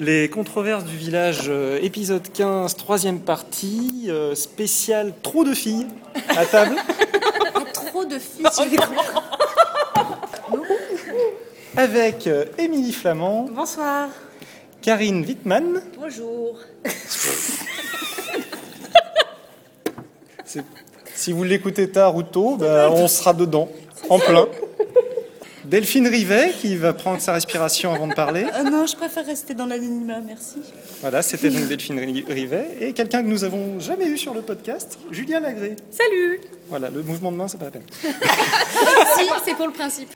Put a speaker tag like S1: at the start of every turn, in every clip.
S1: Les controverses du village, euh, épisode 15, troisième partie, euh, spécial trop de filles à table.
S2: Trop de filles.
S1: Avec euh, Émilie Flamand,
S2: Bonsoir.
S1: Karine Wittmann,
S2: Bonjour.
S1: C'est- si vous l'écoutez tard ou tôt, bah, on sera dedans, en plein. Delphine Rivet qui va prendre sa respiration avant de parler.
S2: Euh, non, je préfère rester dans l'anonymat, merci.
S1: Voilà, c'était donc Delphine Ri- Rivet. Et quelqu'un que nous avons jamais eu sur le podcast, Julien Lagré.
S2: Salut.
S1: Voilà, le mouvement de main, c'est pas la peine.
S3: Si, c'est pour le principe.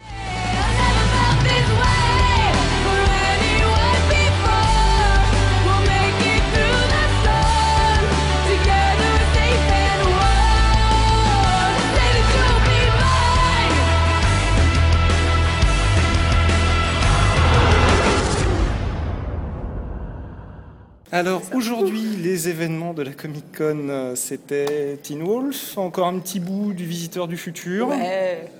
S1: Alors aujourd'hui, les événements de la Comic Con, euh, c'était Teen Wolf, encore un petit bout du Visiteur du Futur,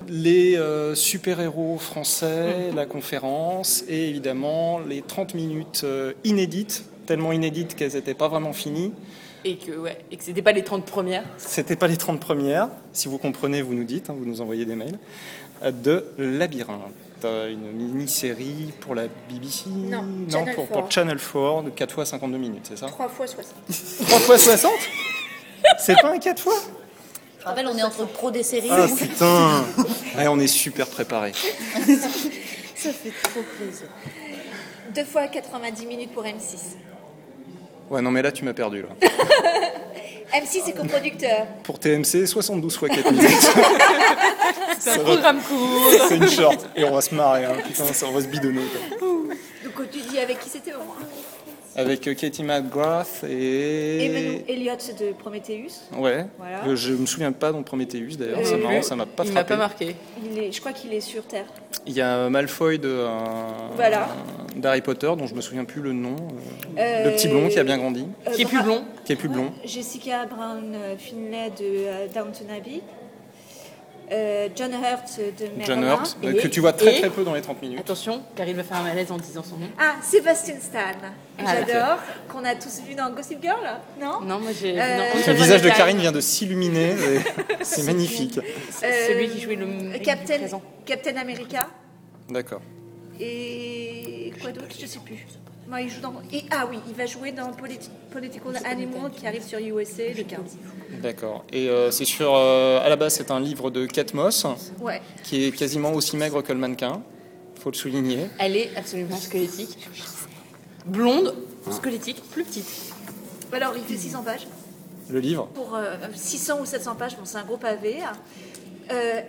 S1: les euh, super-héros français,
S4: Mm.
S1: la conférence, et évidemment les 30 minutes euh, inédites, tellement inédites qu'elles n'étaient pas vraiment finies.
S5: Et que, ouais, et que c'était pas les 30 premières.
S1: C'était pas les 30 premières, si vous comprenez, vous nous dites, hein, vous nous envoyez des mails, euh, de Labyrinthe. euh, Une mini-série pour la BBC
S4: Non, Channel
S1: pour,
S4: 4.
S1: pour Channel 4 de 4 fois 52 minutes, c'est ça
S4: 3 fois 60.
S1: 3 fois 60 C'est pas un 4 fois
S3: Je rappelle, on est entre pro des séries.
S1: Ah putain Ouais, On est super préparé.
S2: Ça fait trop plaisir.
S4: 2 fois 90 minutes pour M6.
S1: Ouais, non mais là tu m'as perdu. Là.
S4: M6 est coproducteur.
S1: Pour TMC, 72 fois 4 minutes.
S5: C'est un programme court.
S1: C'est une short. Et on va se marrer, hein. putain, ça, on va se bidonner. quoi.
S4: Donc euh, tu dis avec qui c'était au moins
S1: Avec euh, Katie McGrath
S4: Et
S1: et...
S4: Manon Elliott de Prometheus.
S1: Ouais,
S4: Voilà.
S1: Euh, je me souviens pas dans Prometheus d'ailleurs,
S5: Euh,
S1: c'est
S5: non
S1: marrant,
S5: plus.
S1: ça m'a pas
S5: Il m'a
S1: frappé.
S5: pas marqué.
S4: Il est, je crois qu'il est sur Terre.
S1: Il y a euh, Malfoy de euh,
S4: Voilà.
S1: d'Harry Potter dont je me souviens plus le nom, euh,
S4: Euh,
S1: le petit blond qui a bien grandi,
S4: Euh,
S5: Qui est
S4: Bra-
S5: plus blond
S1: qui est plus blond.
S4: Jessica Brown Finlay de euh, Downton Abbey. Euh, John Hurt de Merlin.
S1: John Hurt, euh,
S5: Et-
S1: que tu vois très
S5: et-
S1: très peu dans les 30 minutes.
S5: Attention, car il va faire un malaise en disant son nom.
S4: Ah, Sébastien Stan. que
S5: Ah,
S4: J'adore. Qu'on a tous vu dans Gossip Girl, non
S5: Non, moi j'ai.
S4: Euh,
S5: non,
S4: Le
S5: je
S1: Le
S5: vois
S1: visage de
S5: Karine.
S1: Karine vient de s'illuminer, et c'est magnifique.
S5: C'est
S4: Euh,
S5: Celui qui jouait le.
S4: Captain,
S5: présent.
S4: Captain America.
S1: D'accord.
S4: Et quoi d'autre Je sais plus. Non, il joue dans... et- ah oui, il va jouer dans Politi- Political Animal qui arrive sur USA le 15.
S1: D'accord. Et euh, c'est sur. euh, à la base, c'est un livre de Kate Moss,
S4: Ouais.
S1: qui est quasiment aussi maigre que le mannequin. Faut le souligner.
S5: Elle est absolument squelettique. Blonde, squelettique, plus petite.
S4: Alors il fait 600 pages.
S1: Le livre.
S4: Pour euh, 600 ou 700 pages, bon, c'est un gros pavé. hein. Euh,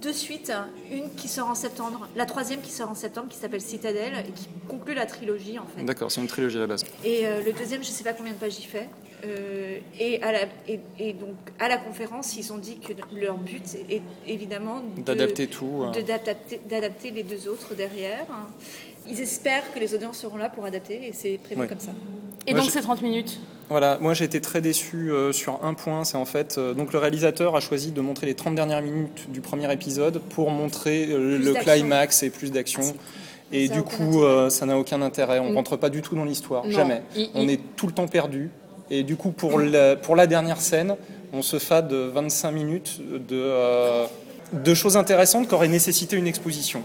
S4: de suite, une qui sort en septembre, la troisième qui sort en septembre qui s'appelle Citadelle et qui conclut la trilogie en fait.
S1: D'accord, c'est une trilogie à la base.
S4: Et euh, le deuxième, je sais pas combien de pages il fait. Euh, et, à la, et, et donc à la conférence, ils ont dit que leur but est évidemment de-
S1: D'adapter tout. euh.
S4: de- d'adapter d'adapter les deux autres derrière. Ils espèrent que les audiences seront là pour adapter et c'est prévu
S1: Ouais.
S4: comme ça.
S5: Et
S1: Moi,
S5: donc
S1: je-
S5: c'est 30 minutes.
S1: Voilà, moi j'ai été très déçu euh, sur un point, c'est en fait. euh, donc le réalisateur a choisi de montrer les 30 dernières minutes du premier épisode pour montrer euh,
S4: Plus
S1: le
S4: d'action. Ah,
S1: climax et plus d'action. Et
S4: Ça
S1: du
S4: a aucun Mm.
S1: coup, euh, ça n'a aucun intérêt. On rentre pas du tout dans l'histoire,
S5: Non.
S1: jamais.
S5: Il-
S1: On
S5: il-
S1: est tout le temps perdu. Et du coup, pour la, pour la dernière scène, on se fade 25 minutes de, euh, de choses intéressantes qu'aurait nécessité une exposition.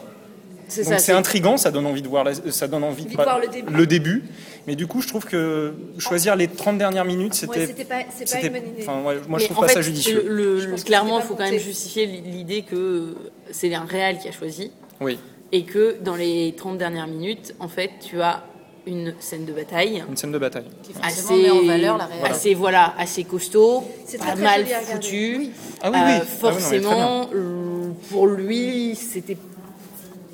S5: C'est
S1: Donc
S5: ça.
S1: c'est intriguant, ça donne envie de voir, la- ça donne envie
S4: Envie de voir le début.
S1: début. Mais du coup, je trouve que choisir les 30 dernières minutes,
S4: Ouais,
S1: c'était.
S4: C'était pas, c'est pas
S1: c'était-
S4: une bonne idée.
S1: enfin, ouais, moi, je
S5: Mais
S1: trouve
S5: en
S1: pas
S5: fait,
S1: ça judicieux.
S5: le- le-
S4: Je pense que c'est
S5: clairement, il
S4: pas
S5: faut quand même
S4: compté.
S5: justifier l'idée que c'est un réel qui a choisi
S1: Oui,
S5: et que dans les 30 dernières minutes, en fait, tu as une scène de bataille
S1: une scène de bataille.
S5: assez
S3: met en valeur la réalité.
S5: assez voilà, assez costaud,
S4: C'est
S5: pas
S4: très, très
S5: mal
S4: joli à regarder.
S5: foutu. Euh,
S4: Oui.
S1: Ah oui, oui. Ah oui, non, mais
S5: forcément, euh, pour lui, c'était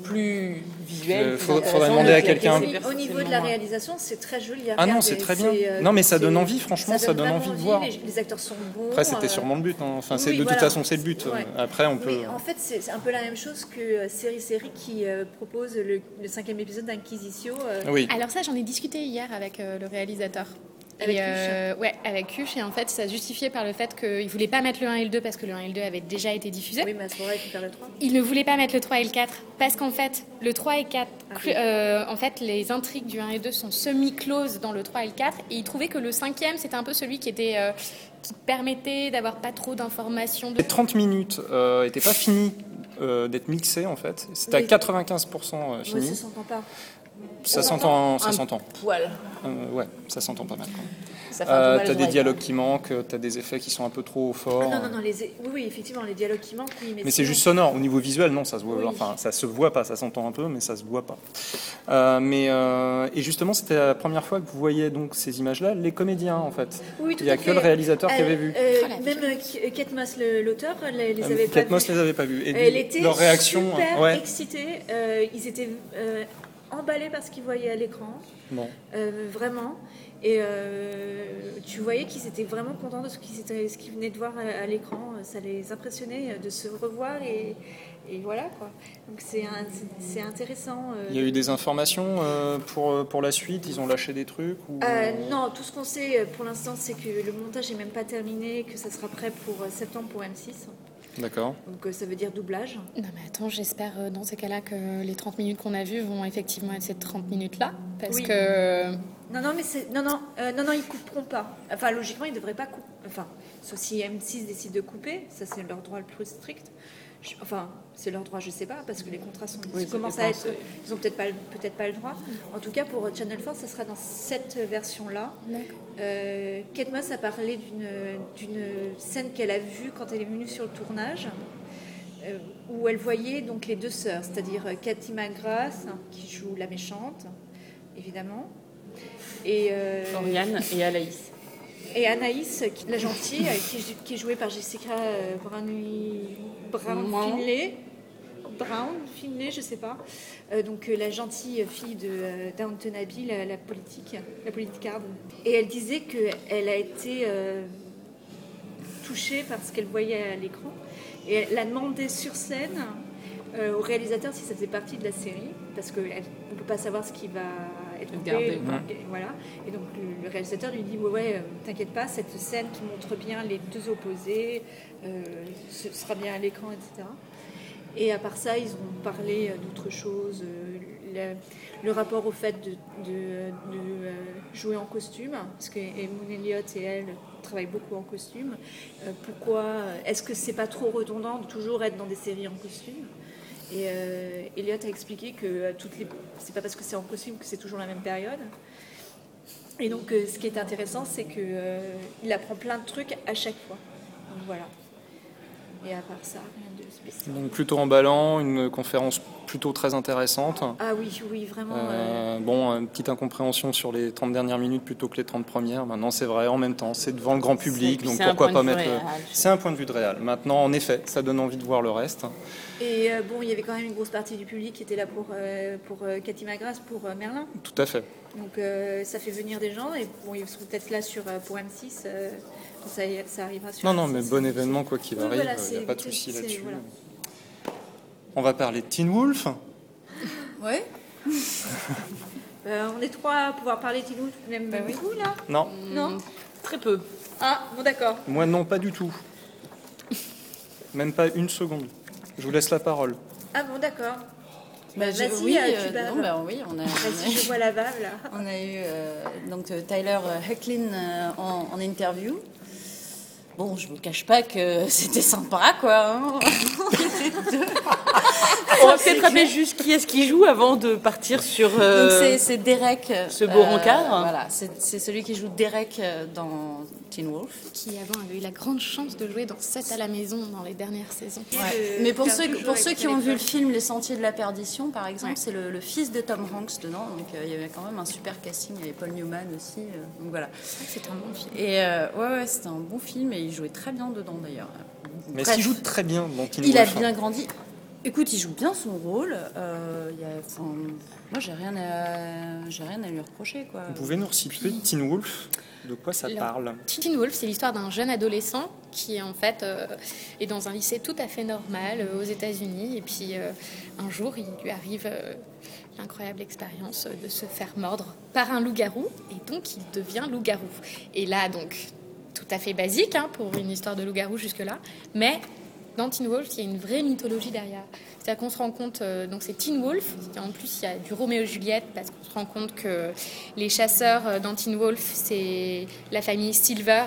S5: plus visuel.
S1: Euh, faudrait-
S5: plus
S1: faudrait
S5: intéressant
S1: demander à
S5: que la
S1: quelqu'un.
S4: Au-
S5: question.
S4: Au niveau de la réalisation, c'est très joli à
S1: Ah non,
S4: regarder.
S1: c'est très bien.
S4: euh,
S1: Non, mais ça
S4: c'est-
S1: donne envie, franchement, ça donne
S4: vraiment
S1: envie de voir.
S4: Les, les acteurs sont bons.
S1: Après, c'était
S4: euh,
S1: sûrement le but. hein. Enfin, c'est
S4: oui,
S1: de toute
S4: voilà.
S1: façon, c'est le but.
S4: Ouais.
S1: Après, on peut.
S4: Mais en fait, c'est c'est un peu la même chose que euh, Série Série qui euh, propose le, le cinquième épisode d'Inquisitio. euh,
S1: Ah Oui.
S3: Alors ça, j'en ai discuté hier avec euh, le réalisateur.
S6: Avec Huche Ouais, avec Huche. Et en fait, ça justifiait par le fait qu'ils ne voulaient pas mettre le 1 et le 2 parce que le 1 et le 2 avaient déjà été diffusés.
S4: Oui, mais à ce moment-là, il faut faire le 3.
S6: Ils ne voulaient pas mettre le 3 et le 4 parce qu'en fait, le 3 et 4, cl- euh, en fait, les intrigues du 1 et 2 sont semi-closes dans le 3 et le 4 et ils trouvaient que le 5e, c'était un peu celui qui était euh, qui permettait d'avoir pas trop d'informations. De...
S1: Les 30 minutes n'étaient pas finies euh, d'être mixées en fait. C'était
S4: Oui.
S1: à 95% euh,
S4: Oui, ça
S1: fini.
S4: s'entend pas.
S1: ça s'entend, ça s'entend.
S3: Poil.
S1: Euh, ouais, ça s'entend pas mal. Quand même.
S3: Ça fait un peu
S1: Euh,
S3: mal aux
S1: t'as des
S3: oreilles.
S1: dialogues qui manquent, euh, t'as des effets qui sont un peu trop forts.
S4: hein. Ah, non, non, non, les... oui, oui, effectivement, les dialogues qui manquent, oui, mais,
S1: Oh. Mais c'est
S4: sinon-
S1: juste sonore. Au niveau visuel, non, ça se voit.
S4: Oui.
S1: Enfin, ça se voit pas, ça s'entend un peu, mais ça se voit pas. Euh, mais euh, et justement, c'était la première fois que vous voyez donc ces images-là, les comédiens en fait.
S4: Oui, tout
S1: Il y a
S4: à
S1: que
S4: fait.
S1: le réalisateur qui
S4: Euh,
S1: avait vu. Euh,
S4: euh,
S6: Oh, la
S4: même euh, K- Kate Moss, le- l'auteur, euh, les, les avait pas
S1: Kate Moss
S4: vus.
S1: les avait pas vus. Et
S4: Elle était
S1: leur réaction,
S4: super
S1: euh, ouais.
S4: excitée. Euh, ils étaient euh, emballés par ce qu'ils voyaient à l'écran,
S1: Bon.
S4: euh, vraiment. Et euh, tu voyais qu'ils étaient vraiment contents de ce qu'ils étaient- ce qu'ils venaient de voir à, à l'écran. Ça les impressionnait euh, de se revoir et, et voilà quoi. Donc c'est un- c'est- c'est intéressant. euh.
S1: Il y a eu des informations euh, pour, pour la suite, ils ont lâché des trucs ou...
S4: Euh, non, tout ce qu'on sait euh, pour l'instant, c'est que le montage n'est même pas terminé, que ça sera prêt pour euh, septembre pour M6.
S1: D'accord.
S4: Donc euh, ça veut dire doublage.
S6: Non mais attends, j'espère euh, dans ces cas-là que les 30 minutes qu'on a vues vont effectivement être ces 30 minutes-là parce
S4: Oui.
S6: que...
S4: Non, non, mais c'est. Non, non, euh, non, non, ils couperont pas. Enfin, logiquement, ils devraient pas couper. Enfin, sauf si M6 décide de couper, ça c'est leur droit le plus strict. Je- Enfin, c'est leur droit, je sais pas, parce que les contrats sont,
S5: Oui, ça
S4: commencent
S5: dépend,
S4: à être.
S5: c'est-
S4: Ils ont peut-être pas, peut pas le droit. En tout cas, pour Channel 4, ça sera dans cette version-là. Euh, Kate Moss a parlé d'une- d'une scène qu'elle a vue quand elle est venue sur le tournage, euh, où elle voyait donc les deux sœurs, c'est-à-dire euh, Cathy McGrath, hein, qui joue la méchante, évidemment, et, euh,
S5: Oriane et Alaïs.
S4: et Anaïs, euh, qui- la gentille, euh, qui, jou- qui est jouée par Jessica euh, Brown- Brown
S5: Brown.
S4: Finlay. Brown, Finlay, je sais pas. Euh, donc euh, la gentille fille de euh, Downton Abbey, la, la politique, la politicarde. Et elle disait qu'elle a été euh, touchée par ce qu'elle voyait à l'écran. Et elle a demandé sur scène euh, au réalisateur si ça faisait partie de la série, parce qu'on ne peut pas savoir ce qui va être coupé,
S5: Gardé,
S4: ou-
S5: ouais.
S4: et voilà. Et donc le, le réalisateur lui dit ouais ouais, euh, t'inquiète pas, cette scène qui montre bien les deux opposés euh, ce sera bien à l'écran, etc. Et à part ça, ils ont parlé euh, d'autres choses, euh, le, le rapport au fait de, de- de, euh, jouer en costume, parce que Moon Elliott et elle travaillent beaucoup en costume. Euh, pourquoi euh, Est-ce que c'est pas trop redondant de toujours être dans des séries en costume Et euh, Elliott a expliqué que euh, toutes les, c'est pas parce que c'est en costume que c'est toujours la même période. Et donc, euh, ce qui est intéressant, c'est que euh, il apprend plein de trucs à chaque fois. Donc voilà. Et à part ça, rien de spécial.
S1: Donc plutôt emballant, une conférence plutôt très intéressante.
S4: Ah oui, oui, vraiment.
S1: Euh,
S4: euh,
S1: bon, une petite incompréhension sur les 30 dernières minutes plutôt que les 30 premières. Maintenant, c'est vrai, en même temps, c'est devant le grand public,
S5: C'est-
S1: donc
S5: c'est un
S1: pourquoi
S5: point
S1: pas
S5: de vue
S1: mettre. le-
S5: réel.
S1: C'est un point de vue de réal. Maintenant, en effet, ça donne envie de voir le reste.
S4: Et euh, bon, il y avait quand même une grosse partie du public qui était là pour, euh, pour euh, Cathy Magras, pour euh, Merlin.
S1: Tout à fait.
S4: Donc euh, ça fait venir des gens et bon, ils seront peut-être là sur, euh, pour M6 euh, quand ça, ça arrivera sur
S1: Non, non,
S4: M6.
S1: mais bon événement, quoi qu'il
S4: Oui,
S1: arrive, il
S4: voilà,
S1: n'y a
S4: c'est-
S1: pas de souci
S4: c'est-
S1: là-dessus.
S4: voilà.
S1: On va parler de Teen Wolf.
S3: Ouais.
S4: Euh, on est trois à pouvoir parler de Timout, même beaucoup là
S1: Non,
S4: Non
S5: Bah Mm. Très peu.
S4: Ah, bon d'accord.
S1: moi non, pas du tout. Même pas une seconde. Je vous laisse la parole.
S4: Ah bon d'accord.
S3: Bah, je-
S4: Vas-y,
S3: oui,
S4: euh, tu
S3: euh,
S4: baves.
S3: non, bah, oui, on a,
S4: Vas-y, je vois la bave là.
S3: on a eu euh, donc euh, Tyler Hecklin euh, en, en interview. Bon, je vous cache pas que c'était sympa, quoi. hein.
S5: On va peut-être rappeler juste qui est-ce qui joue avant de partir sur.
S3: Donc
S5: euh,
S3: c'est- c'est Derek. euh,
S5: ce beau rencard.
S3: Voilà, c'est c'est celui qui joue Derek euh, dans Teen Wolf.
S6: qui avant avait eu la grande chance de jouer dans 7 à la maison dans les dernières saisons.
S4: Ouais.
S3: Mais pour
S4: Faire
S3: ceux,
S4: toujours
S3: pour ceux
S4: avec
S3: qui ont vu le
S4: téléphone.
S3: film Les Sentiers de la Perdition, par exemple,
S6: Ouais.
S3: c'est le, le fils de Tom Hanks dedans. Donc euh, il y avait quand même un super casting. Il y avait Paul Newman aussi. euh, donc voilà.
S6: C'est un bon film.
S3: Et euh, ouais, ouais, c'était un bon film et il jouait très bien dedans d'ailleurs.
S1: Mais
S3: Bref,
S1: s'il joue très bien dans Teen
S3: il a
S1: Wolf, hein,
S3: bien grandi Écoute, il joue bien son rôle. euh, il y a- enfin, moi, j'ai rien, à... j'ai rien à lui reprocher. Quoi.
S1: Vous pouvez nous resituer Teen Wolf De quoi ça
S6: Là.
S1: parle
S6: Teen Wolf, c'est l'histoire d'un jeune adolescent qui, en fait, euh, est dans un lycée tout à fait normal euh, aux États-Unis. Et puis, euh, un jour, il lui arrive euh, l'incroyable expérience de se faire mordre par un loup-garou. Et donc, il devient loup-garou. Et là, donc, tout à fait basique hein, pour une histoire de loup-garou jusque-là. Mais dans Teen Wolf, il y a une vraie mythologie derrière. C'est-à-dire qu'on se rend compte, euh, donc c'est Teen Wolf, en plus il y a du Roméo et Juliette, parce qu'on se rend compte que les chasseurs euh, dans Teen Wolf, c'est la famille Silver,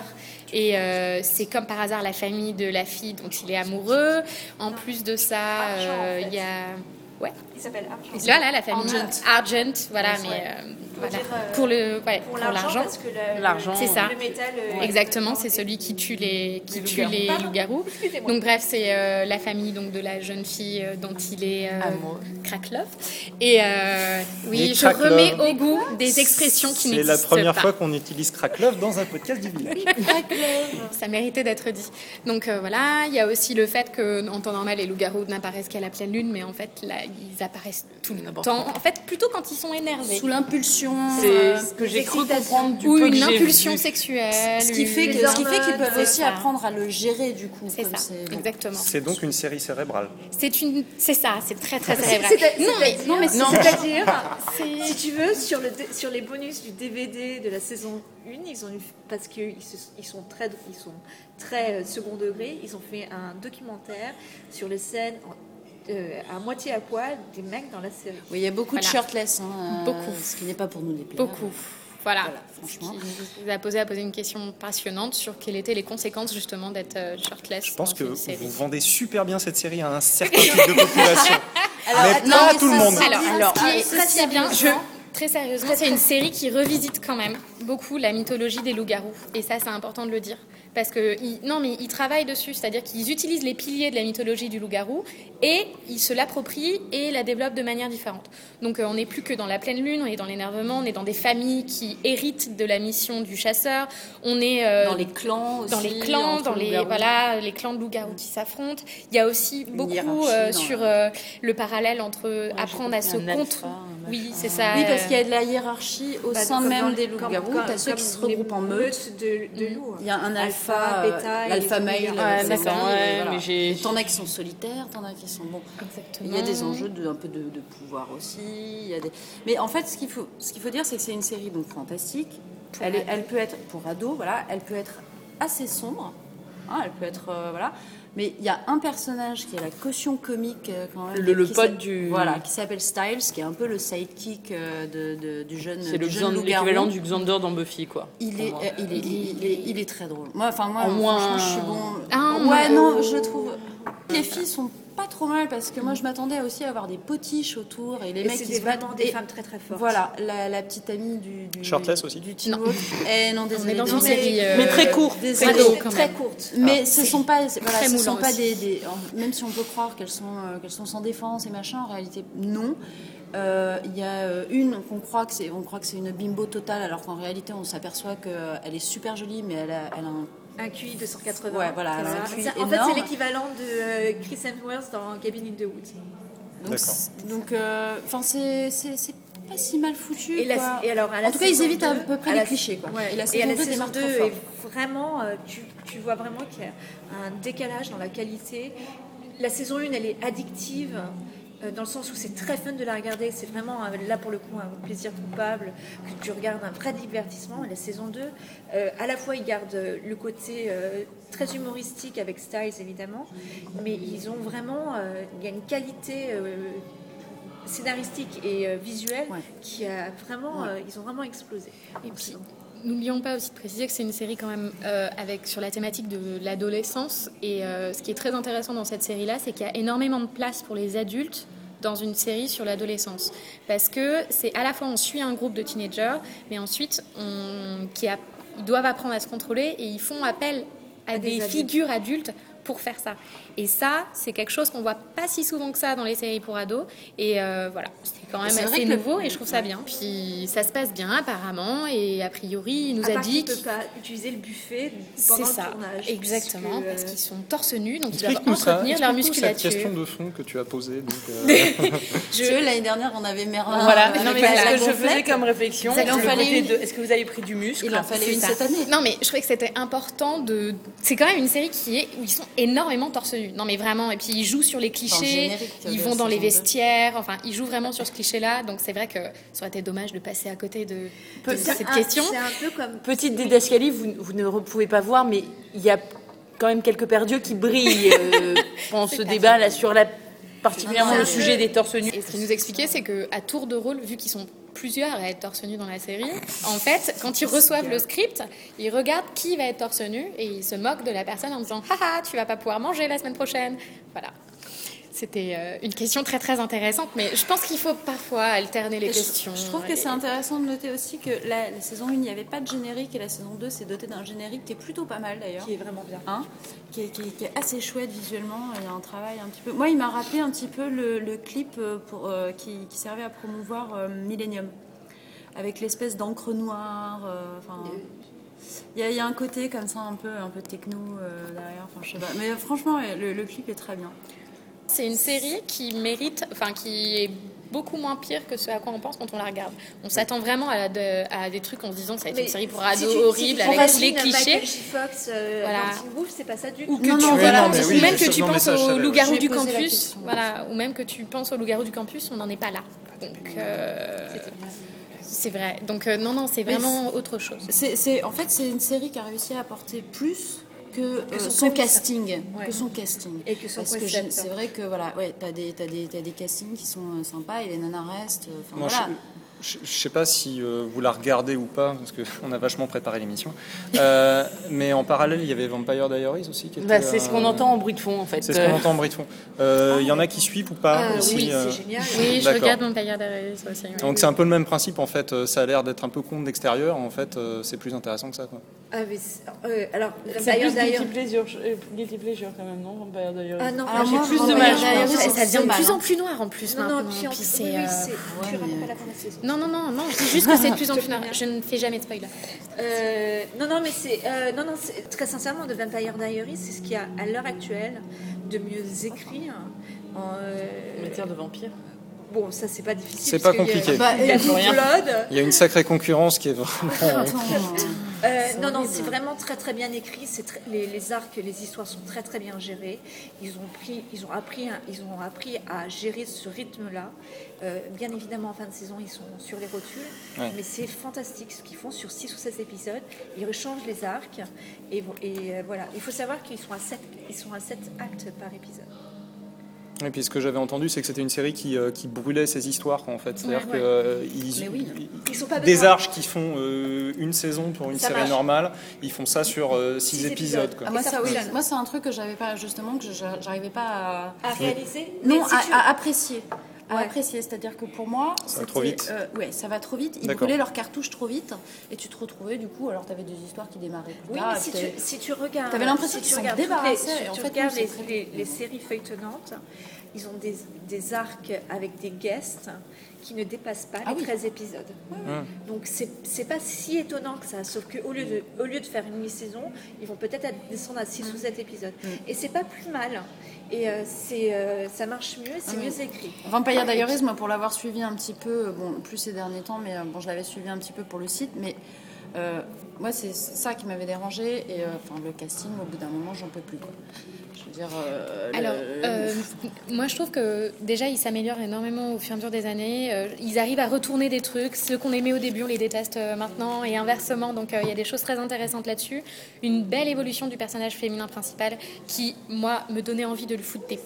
S6: et euh, c'est comme par hasard la famille de la fille dont il est amoureux. En plus de ça,
S4: Argent, en
S6: euh,
S4: fait.
S6: il y a... Ouais.
S4: Il s'appelle Argent.
S6: Là, là, la famille
S5: Argent.
S6: Argent, voilà, mais euh,
S4: Faut
S6: voilà.
S4: dire, euh,
S6: pour le, ouais,
S4: Pour l'argent, parce que la-
S5: L'argent.
S6: C'est ça.
S4: le métal. euh,
S6: Exactement, c'est celui qui tue les, qui
S5: Les
S6: tue
S5: loups-garous.
S6: les
S4: Pardon,
S6: loups-garous.
S4: excusez-moi.
S6: Donc bref, c'est euh, la famille donc de la jeune fille euh, dont il est euh,
S5: Amoureux.
S6: Kraklov. Et euh, oui,
S1: Les
S6: je
S1: Kraklov.
S6: remets au goût des expressions qui
S1: C'est
S6: n'existent pas.
S1: la première fois qu'on utilise Kraklov dans un podcast du village.
S6: Ça méritait d'être dit. Donc euh, voilà, il y a aussi le fait que en temps normal les loups-garous n'apparaissent qu'à la pleine lune, mais en fait là ils apparaissent tout le
S5: N'importe
S6: temps. En fait, plutôt quand ils sont énervés.
S3: Sous l'impulsion.
S5: C'est
S3: euh,
S5: ce que j'ai cru
S3: l'excitation.
S5: comprendre du
S6: ou
S5: peu que
S6: une
S5: j'ai
S6: impulsion
S5: vu.
S6: sexuelle.
S3: Ce qui fait
S6: une-
S3: que- ce qui fait qu'ils peuvent
S6: C'est
S3: aussi
S6: ça.
S3: apprendre à le gérer, du coup.
S6: C'est
S3: comme
S6: ça, exactement.
S1: C'est donc une série cérébrale.
S6: C'est une, c'est ça, c'est très très
S4: C'est-
S6: cérébral.
S4: c'est-
S6: Non mais
S4: c'est-à-dire-
S6: non mais
S5: Non.
S4: C'est-à-dire,
S6: c'est
S4: si tu veux, sur, le, dé- sur les bonus du DVD de la saison 1, ils ont eu, parce qu'ils se- ils sont très, ils sont très euh, second degré, ils ont fait un documentaire sur les scènes en- euh, à moitié à poil des mecs dans la série.
S3: Oui, il y a beaucoup de
S6: Voilà.
S3: shirtless. hein, euh,
S6: Beaucoup.
S3: Ce qui n'est pas pour nous déplaire.
S6: beaucoup. Voilà.
S3: Voilà, franchement.
S6: Il nous a posé à poser une question passionnante sur quelles étaient les conséquences justement d'être euh, shirtless.
S1: Je pense
S6: dans
S1: que
S6: une série.
S1: vous vendez super bien cette série à un certain type de population. mais
S3: non,
S1: pas
S3: mais
S1: tout le
S3: ça,
S1: monde.
S3: c'est-
S6: Alors,
S3: Alors,
S6: ce qui est
S3: ceci
S6: très bien,
S3: sérieusement-
S6: je- très sérieusement, c'est une série qui revisite quand même beaucoup la mythologie des loups-garous. Et ça, c'est important de le dire. Parce que, ils- non, mais ils travaillent dessus, c'est-à-dire qu'ils utilisent les piliers de la mythologie du loup-garou et ils se l'approprient et la développent de manière différente. Donc, euh, on n'est plus que dans la pleine lune, on est dans l'énervement, on est dans des familles qui héritent de la mission du chasseur, on est euh,
S3: Dans les clans aussi.
S6: dans les clans,
S3: entre
S6: dans les,
S3: loups-garous.
S6: voilà, les clans de loups-garous qui s'affrontent. Il y a aussi beaucoup
S3: hiérarchie
S6: euh,
S3: dans
S6: sur
S3: la-
S6: euh, le parallèle entre apprendre à
S3: compris,
S6: se
S3: un alpha,
S6: contre.
S3: un
S6: Oui,
S3: machin.
S6: c'est ça.
S3: Oui, parce
S6: euh,
S3: qu'il y a de la hiérarchie au
S4: Bah,
S3: sein
S4: comme dans
S3: même
S4: les-
S3: des
S4: comme-
S3: loups-garous.
S4: comme-
S3: T'as ceux qui
S4: comme
S3: se
S4: les
S3: regroupent en meute. Mm.
S4: meutes de, de loups.
S3: Il y a un alpha,
S4: Alpha,
S3: euh,
S4: bêta et
S3: l'alpha
S4: les
S3: male,
S4: trucs.
S5: Ouais,
S3: euh,
S5: d'accord,
S3: femelle,
S5: ouais,
S3: voilà.
S5: mais j'ai-
S3: T'en as qui sont solitaires, t'en as qui sont bon.
S6: Exactement.
S3: Il y a des enjeux de, un peu de, de pouvoir aussi. il y a des- Mais en fait, ce qu'il faut, ce qu'il faut dire, c'est que c'est une série donc fantastique. Elle, est- elle peut être pour ados, voilà. Elle peut être assez sombre. hein, elle peut être euh, voilà. Mais il y a un personnage qui est la caution comique euh, quand même.
S5: Le- le
S3: qui
S5: pote
S3: s'a-
S5: du-
S3: Voilà, qui s'appelle Styles, qui est un peu le sidekick euh, de- de- du jeune.
S5: C'est le
S3: du jeune
S5: Xan-
S3: loup-garou.
S5: l'équivalent du Xander dans Buffy, quoi.
S3: Il est,
S5: Pour moi.
S3: euh, il, est, il, est, il est très drôle. Moi, enfin, moi,
S5: Au moins-
S3: franchement, je suis bon.
S6: Ah,
S3: ouais,
S6: mais-
S3: non, je le trouve. Les filles sont pas trop mal parce que moi, je m'attendais aussi à avoir des potiches autour et les
S4: Et
S3: mecs
S4: c'est
S3: qui
S4: des-
S3: se battent.
S4: vraiment des
S3: Et
S4: femmes très très fortes.
S3: Voilà, la, la petite amie du. du
S1: Shirtless aussi
S3: Du Teen
S6: Non.
S3: Wolf. Eh non,
S6: On est
S3: désolé.
S6: dans une
S4: mais-
S6: série. euh,
S5: Mais très court.
S3: Désolé.
S4: Très,
S6: Ado,
S4: très
S6: quand même.
S4: courtes.
S3: Mais ce sont pas, voilà,
S6: très
S3: ce sont
S6: moulant
S3: pas
S6: aussi.
S3: des, des- en- même si on peut croire qu'elles sont, euh, qu'elles sont sans défense et machin, en réalité non. Euh, Il y a euh, une qu'on croit que c'est, on croit que c'est une bimbo totale, alors qu'en réalité on s'aperçoit qu'elle est super jolie, mais elle a, elle a un
S4: Un QI de 180.
S3: Ouais, voilà,
S4: très
S3: un
S4: large.
S3: QI
S4: C'est- en fait,
S3: énorme.
S4: c'est l'équivalent de euh, Chris Hemsworth dans Cabin in the Woods.
S3: Donc,
S1: D'accord.
S3: c'est- donc, euh, enfin, c'est c'est c'est pas si mal foutu.
S4: Et la-
S3: quoi.
S4: et alors, à la
S3: en tout cas, ils
S4: saison
S3: évitent à
S4: deux-
S3: peu près
S4: à
S3: les
S4: la-
S3: clichés. Quoi.
S4: ouais,
S3: Et la
S4: et à
S3: saison
S4: la
S3: 2
S4: saison
S3: démarre
S4: 2
S3: très fort.
S4: est vraiment, euh, tu, tu vois vraiment qu'il y a un décalage dans la qualité. La saison 1, elle est addictive. euh, Dans le sens où c'est très fun de la regarder, c'est vraiment euh, là pour le coup un plaisir coupable, que tu regardes un vrai divertissement. Et la saison 2, euh, à la fois ils gardent euh, le côté euh, très humoristique avec Styles évidemment, mais ils ont vraiment, euh, il y a une qualité euh, scénaristique et euh, visuelle
S3: Ouais.
S4: qui a vraiment, euh, ils ont vraiment explosé.
S6: Et puis, Euh, n'oublions pas aussi de préciser que c'est une série quand même euh, avec, sur la thématique de l'adolescence. Et euh, ce qui est très intéressant dans cette série-là, c'est qu'il y a énormément de place pour les adultes dans une série sur l'adolescence. Parce que c'est à la fois on suit un groupe de teenagers, mais ensuite on, qui a- ils doivent apprendre à se contrôler et ils font appel à,
S4: des
S6: des,
S4: adultes.
S6: figures adultes pour faire ça. Et ça, c'est quelque chose qu'on voit pas si souvent que ça dans les séries pour ados. Et euh, voilà, c'est quand
S3: Et
S6: même
S3: c'est vrai
S6: assez
S3: que le-
S6: nouveau et je trouve ça bien. Puis ça se passe bien apparemment et a priori il nous
S4: à
S6: a
S4: part qu'il
S6: dit
S4: ne peut
S6: qu'il-
S4: pas utiliser le buffet
S6: c'est
S4: pendant
S6: ça
S4: le tournage.
S6: exactement
S4: puisque,
S6: parce
S4: euh,
S6: qu'ils sont torse nus donc ils doivent
S1: Explique-nous ça.
S6: entretenir leur
S1: Explique-nous cette
S6: musculature.
S1: question de fond que tu as posée. donc, euh,
S3: Je... l'année dernière, on avait Merlin.
S5: Voilà,
S3: avec
S5: non, mais
S3: la-
S5: c'est ce
S3: Ah, la
S5: que je faisais
S3: gonflette.
S5: comme réflexion.
S3: Il en
S5: le
S3: fallait
S5: côté
S3: une.
S5: de- Est-ce que vous avez pris du muscle
S3: Il en fallait
S5: C'est
S3: une
S5: ça.
S3: cette année.
S6: Non mais je trouvais que c'était important de. C'est quand même une série qui est où ils sont énormément torse nu. Non mais vraiment et puis ils jouent sur les clichés.
S3: générique euh,
S6: Ils
S3: de
S6: vont dans les
S3: saison deux.
S6: vestiaires. Enfin ils jouent vraiment sur ce cliché là. Donc c'est vrai que ça aurait été dommage de passer à côté de, de
S4: euh, c'est
S6: cette
S4: un-
S6: question.
S4: C'est un peu comme
S5: Petite dédascalie, vous, vous ne re- pouvez pas voir, mais il y a quand même quelques paires d'yeux qui brillent euh, pendant ce débat là sur la particulièrement
S3: Non,
S4: Ah,
S3: non,
S5: le
S3: c'est-
S5: sujet des torse nus.
S6: Et ce qu'ils nous expliquaient, c'est que à tour de rôle, vu qu'ils sont plusieurs à être torse nu dans la série, en fait, quand ils reçoivent le script, ils regardent qui va être torse nu et ils se moquent de la personne en disant Haha, tu vas pas pouvoir manger la semaine prochaine. Voilà. C'était euh, une question très très intéressante, mais je pense qu'il faut parfois alterner les
S3: Et je-
S6: questions.
S3: Je, trouve que
S6: Et-
S3: c'est intéressant de noter aussi que la, la saison 1, il n'y avait pas de générique et la saison 2 s'est dotée d'un générique qui est plutôt pas mal d'ailleurs.
S4: qui est vraiment bien.
S3: Hein, qui, est, qui est- qui est assez chouette visuellement. Il y a un travail un petit peu. Moi, il m'a rappelé un petit peu le, le clip euh, pour, euh, qui, qui servait à promouvoir euh, Millennium. Avec l'espèce d'encre noire. euh, enfin, il y, a- il y a un côté comme ça, un peu, un peu techno euh, derrière. Enfin, je sais pas. Mais franchement, le, le clip est très bien.
S6: C'est une série qui mérite, enfin qui est beaucoup moins pire que ce à quoi on pense quand on la regarde. On s'attend vraiment à, de- à des trucs en se disant ça va être
S4: Mais
S6: une série pour
S4: si
S6: ados
S4: tu- si tu
S6: horrible avec tous
S4: t'imagines
S6: les clichés.
S4: Michael J. Fox, euh,
S6: Voilà.
S4: dans Teen Wolf, c'est pas ça du
S6: ou
S4: tout.
S6: que
S3: Non,
S6: tu
S3: non,
S6: penses-
S3: voilà,
S6: ou
S3: mais
S1: oui,
S6: même
S1: mais
S6: que
S1: ça-
S6: tu
S1: non, mais
S6: penses
S1: ça, je
S6: au
S1: savais,
S6: loup-garou
S3: oui.
S6: du
S3: J'ai posé la
S6: campus,
S3: question,
S6: voilà, ou même que tu penses au loup-garou du campus, on n'en est pas là. Donc euh, c'est vrai. Donc euh, non non, c'est vraiment autre chose.
S3: C'est, c'est- en fait, c'est une série qui a réussi à apporter plus que, euh,
S4: son
S3: son,
S4: concept.
S3: casting,
S4: Ouais.
S3: que son casting.
S4: Et que son
S3: Parce que
S4: concept.
S3: j'ai- c'est vrai que voilà, ouais, t'as des, t'as des, t'as des castings qui sont euh, sympas et les nanas restent. euh, enfin,
S1: Moi,
S3: voilà.
S1: je, je- je sais pas si euh, vous la regardez ou pas, parce qu'on a vachement préparé l'émission. Euh, mais en parallèle, il y avait Vampire Diaries aussi. qui était,
S5: Bah, c'est ce
S1: euh,
S5: qu'on entend en bruit de fond en fait.
S1: C'est ce qu'on entend en bruit de fond. Euh, Il y en a qui suivent ou pas
S4: Ah
S1: aussi,
S4: oui,
S1: euh,
S4: c'est génial.
S6: Oui, je
S1: D'accord.
S6: regarde mon père d'Arès aussi. ouais.
S1: Donc c'est un peu le même principe en fait. Euh, Ça a l'air d'être un peu con de l'extérieur. En fait, euh, c'est plus intéressant que ça. Quoi.
S4: Ah, mais c'est- euh, alors,
S5: C'est
S4: d'ailleurs,
S5: plus
S4: d'ailleurs.
S5: guilty pleasure, euh, guilty pleasure quand même, non Vampire Diaries.
S4: Ah non,
S3: Alors
S4: j'ai
S3: moi,
S4: plus de
S3: Vampire
S4: mal. je
S3: Diaries,
S4: pense.
S3: c'est
S6: Ah, ça devient de
S3: mal,
S6: plus
S3: hein.
S6: en plus noir en plus
S4: Non,
S6: maintenant.
S4: non, puis en
S6: Puis
S4: plus,
S6: c'est,
S4: oui, oui,
S6: euh,
S4: c'est- tu
S3: ouais,
S4: racontes
S3: mais-
S4: pas la fin de la saison.
S6: Non, non, non, non, je dis juste que c'est de plus en plus noir. Je ne fais jamais de spoiler.
S4: Euh, non, non, mais c'est. euh, non, non, c'est- très sincèrement, The Vampire Diaries, c'est ce qu'il y a à l'heure actuelle de mieux écrit. hein, en,
S5: En
S4: euh,
S5: matière de vampire.
S4: Bon, ça, c'est pas difficile.
S1: C'est
S4: parce
S1: pas
S4: qu'il y a-
S1: compliqué.
S3: Bah,
S4: Il y a
S3: et-
S4: Good Blood.
S1: Il y a une sacrée concurrence qui est vraiment.
S3: Attends, euh,
S4: Euh, non, non,
S3: horrible.
S4: c'est vraiment très très bien écrit. C'est très- les, les arcs, les histoires sont très très bien gérées. Ils ont pris, ils ont appris, à- ils ont appris à gérer ce rythme-là. Euh, bien évidemment, en fin de saison, ils sont sur les rotules,
S1: Ouais.
S4: mais c'est fantastique ce qu'ils font sur 6 ou 7 épisodes. Ils rechangent les arcs et, bon- et, euh, voilà. Il faut savoir qu'ils sont à 7 ils sont à sept actes par épisode.
S1: Et puis ce que j'avais entendu, c'est que c'était une série qui, euh, qui brûlait ses histoires. quoi, en fait, c'est-à-dire
S4: Ouais,
S1: que
S4: ouais.
S1: euh, ils-
S3: Mais oui.
S1: ils-
S4: Ils sont pas
S1: des
S4: besoin-
S1: arches qui font euh, une saison pour une
S4: Ça
S1: série
S4: marche.
S1: normale, ils font ça sur euh, six,
S4: Six
S1: épisodes.
S4: épisodes.
S1: quoi.
S3: ah, moi,
S4: Et ça
S3: ça, oui.
S4: fonctionne.
S3: moi, c'est un truc que j'avais pas justement que je- j'arrivais pas à.
S4: à réaliser.
S3: Non,
S4: Mais si
S3: à,
S4: tu-
S3: à apprécier. À
S4: Ouais.
S3: apprécier, c'est-à-dire que pour moi,
S1: Ça va
S3: c'était,
S1: trop vite.
S3: euh, ouais, ça va trop vite. Ils
S1: D'accord.
S3: brûlaient leurs cartouches trop vite, et tu te retrouvais du coup. Alors, t'avais des histoires qui démarraient plus
S4: Oui,
S3: tard.
S4: mais
S3: et
S4: si
S3: puis
S4: tu,
S3: t'avais-
S4: si tu regardes,
S3: Ah, T'avais l'impression
S4: si
S3: qu'ils s'en
S4: regardes toutes les-
S3: débarrassaient,
S4: si
S3: et en
S4: tu
S3: fait,
S4: regardes
S3: non,
S4: les,
S3: c'est très
S4: les-
S3: bien.
S4: les séries feuilletonnantes, ils ont des, des arcs avec des guests qui ne dépassent pas
S3: Ah
S4: les
S3: oui.
S4: 13 épisodes. Mmh. Donc c'est c'est pas si étonnant que ça, sauf qu'au lieu, de- au lieu de faire une mi-saison, ils vont peut-être à- descendre à 6
S3: Mmh.
S4: ou 7 épisodes. Et c'est pas plus mal. Et euh, c'est euh, ça marche mieux, c'est
S3: Ah oui.
S4: mieux écrit.
S3: Vampire Diaries, moi, pour l'avoir suivi un petit peu, euh, bon, plus ces derniers temps, mais euh, bon, je l'avais suivi un petit peu pour le site, mais euh, moi, c'est ça qui m'avait dérangé, et euh, enfin, le casting, au bout d'un moment, j'en peux plus, quoi. Je veux dire, euh,
S6: Alors,
S3: le-
S6: euh, moi je trouve que déjà ils s'améliorent énormément au fur et à mesure des années. Euh, ils arrivent à retourner des trucs. Ceux qu'on aimait au début, on les déteste euh, maintenant et inversement. Donc euh, il y a des choses très intéressantes là-dessus. Une belle évolution du personnage féminin principal qui, moi, me donnait envie de le foutre des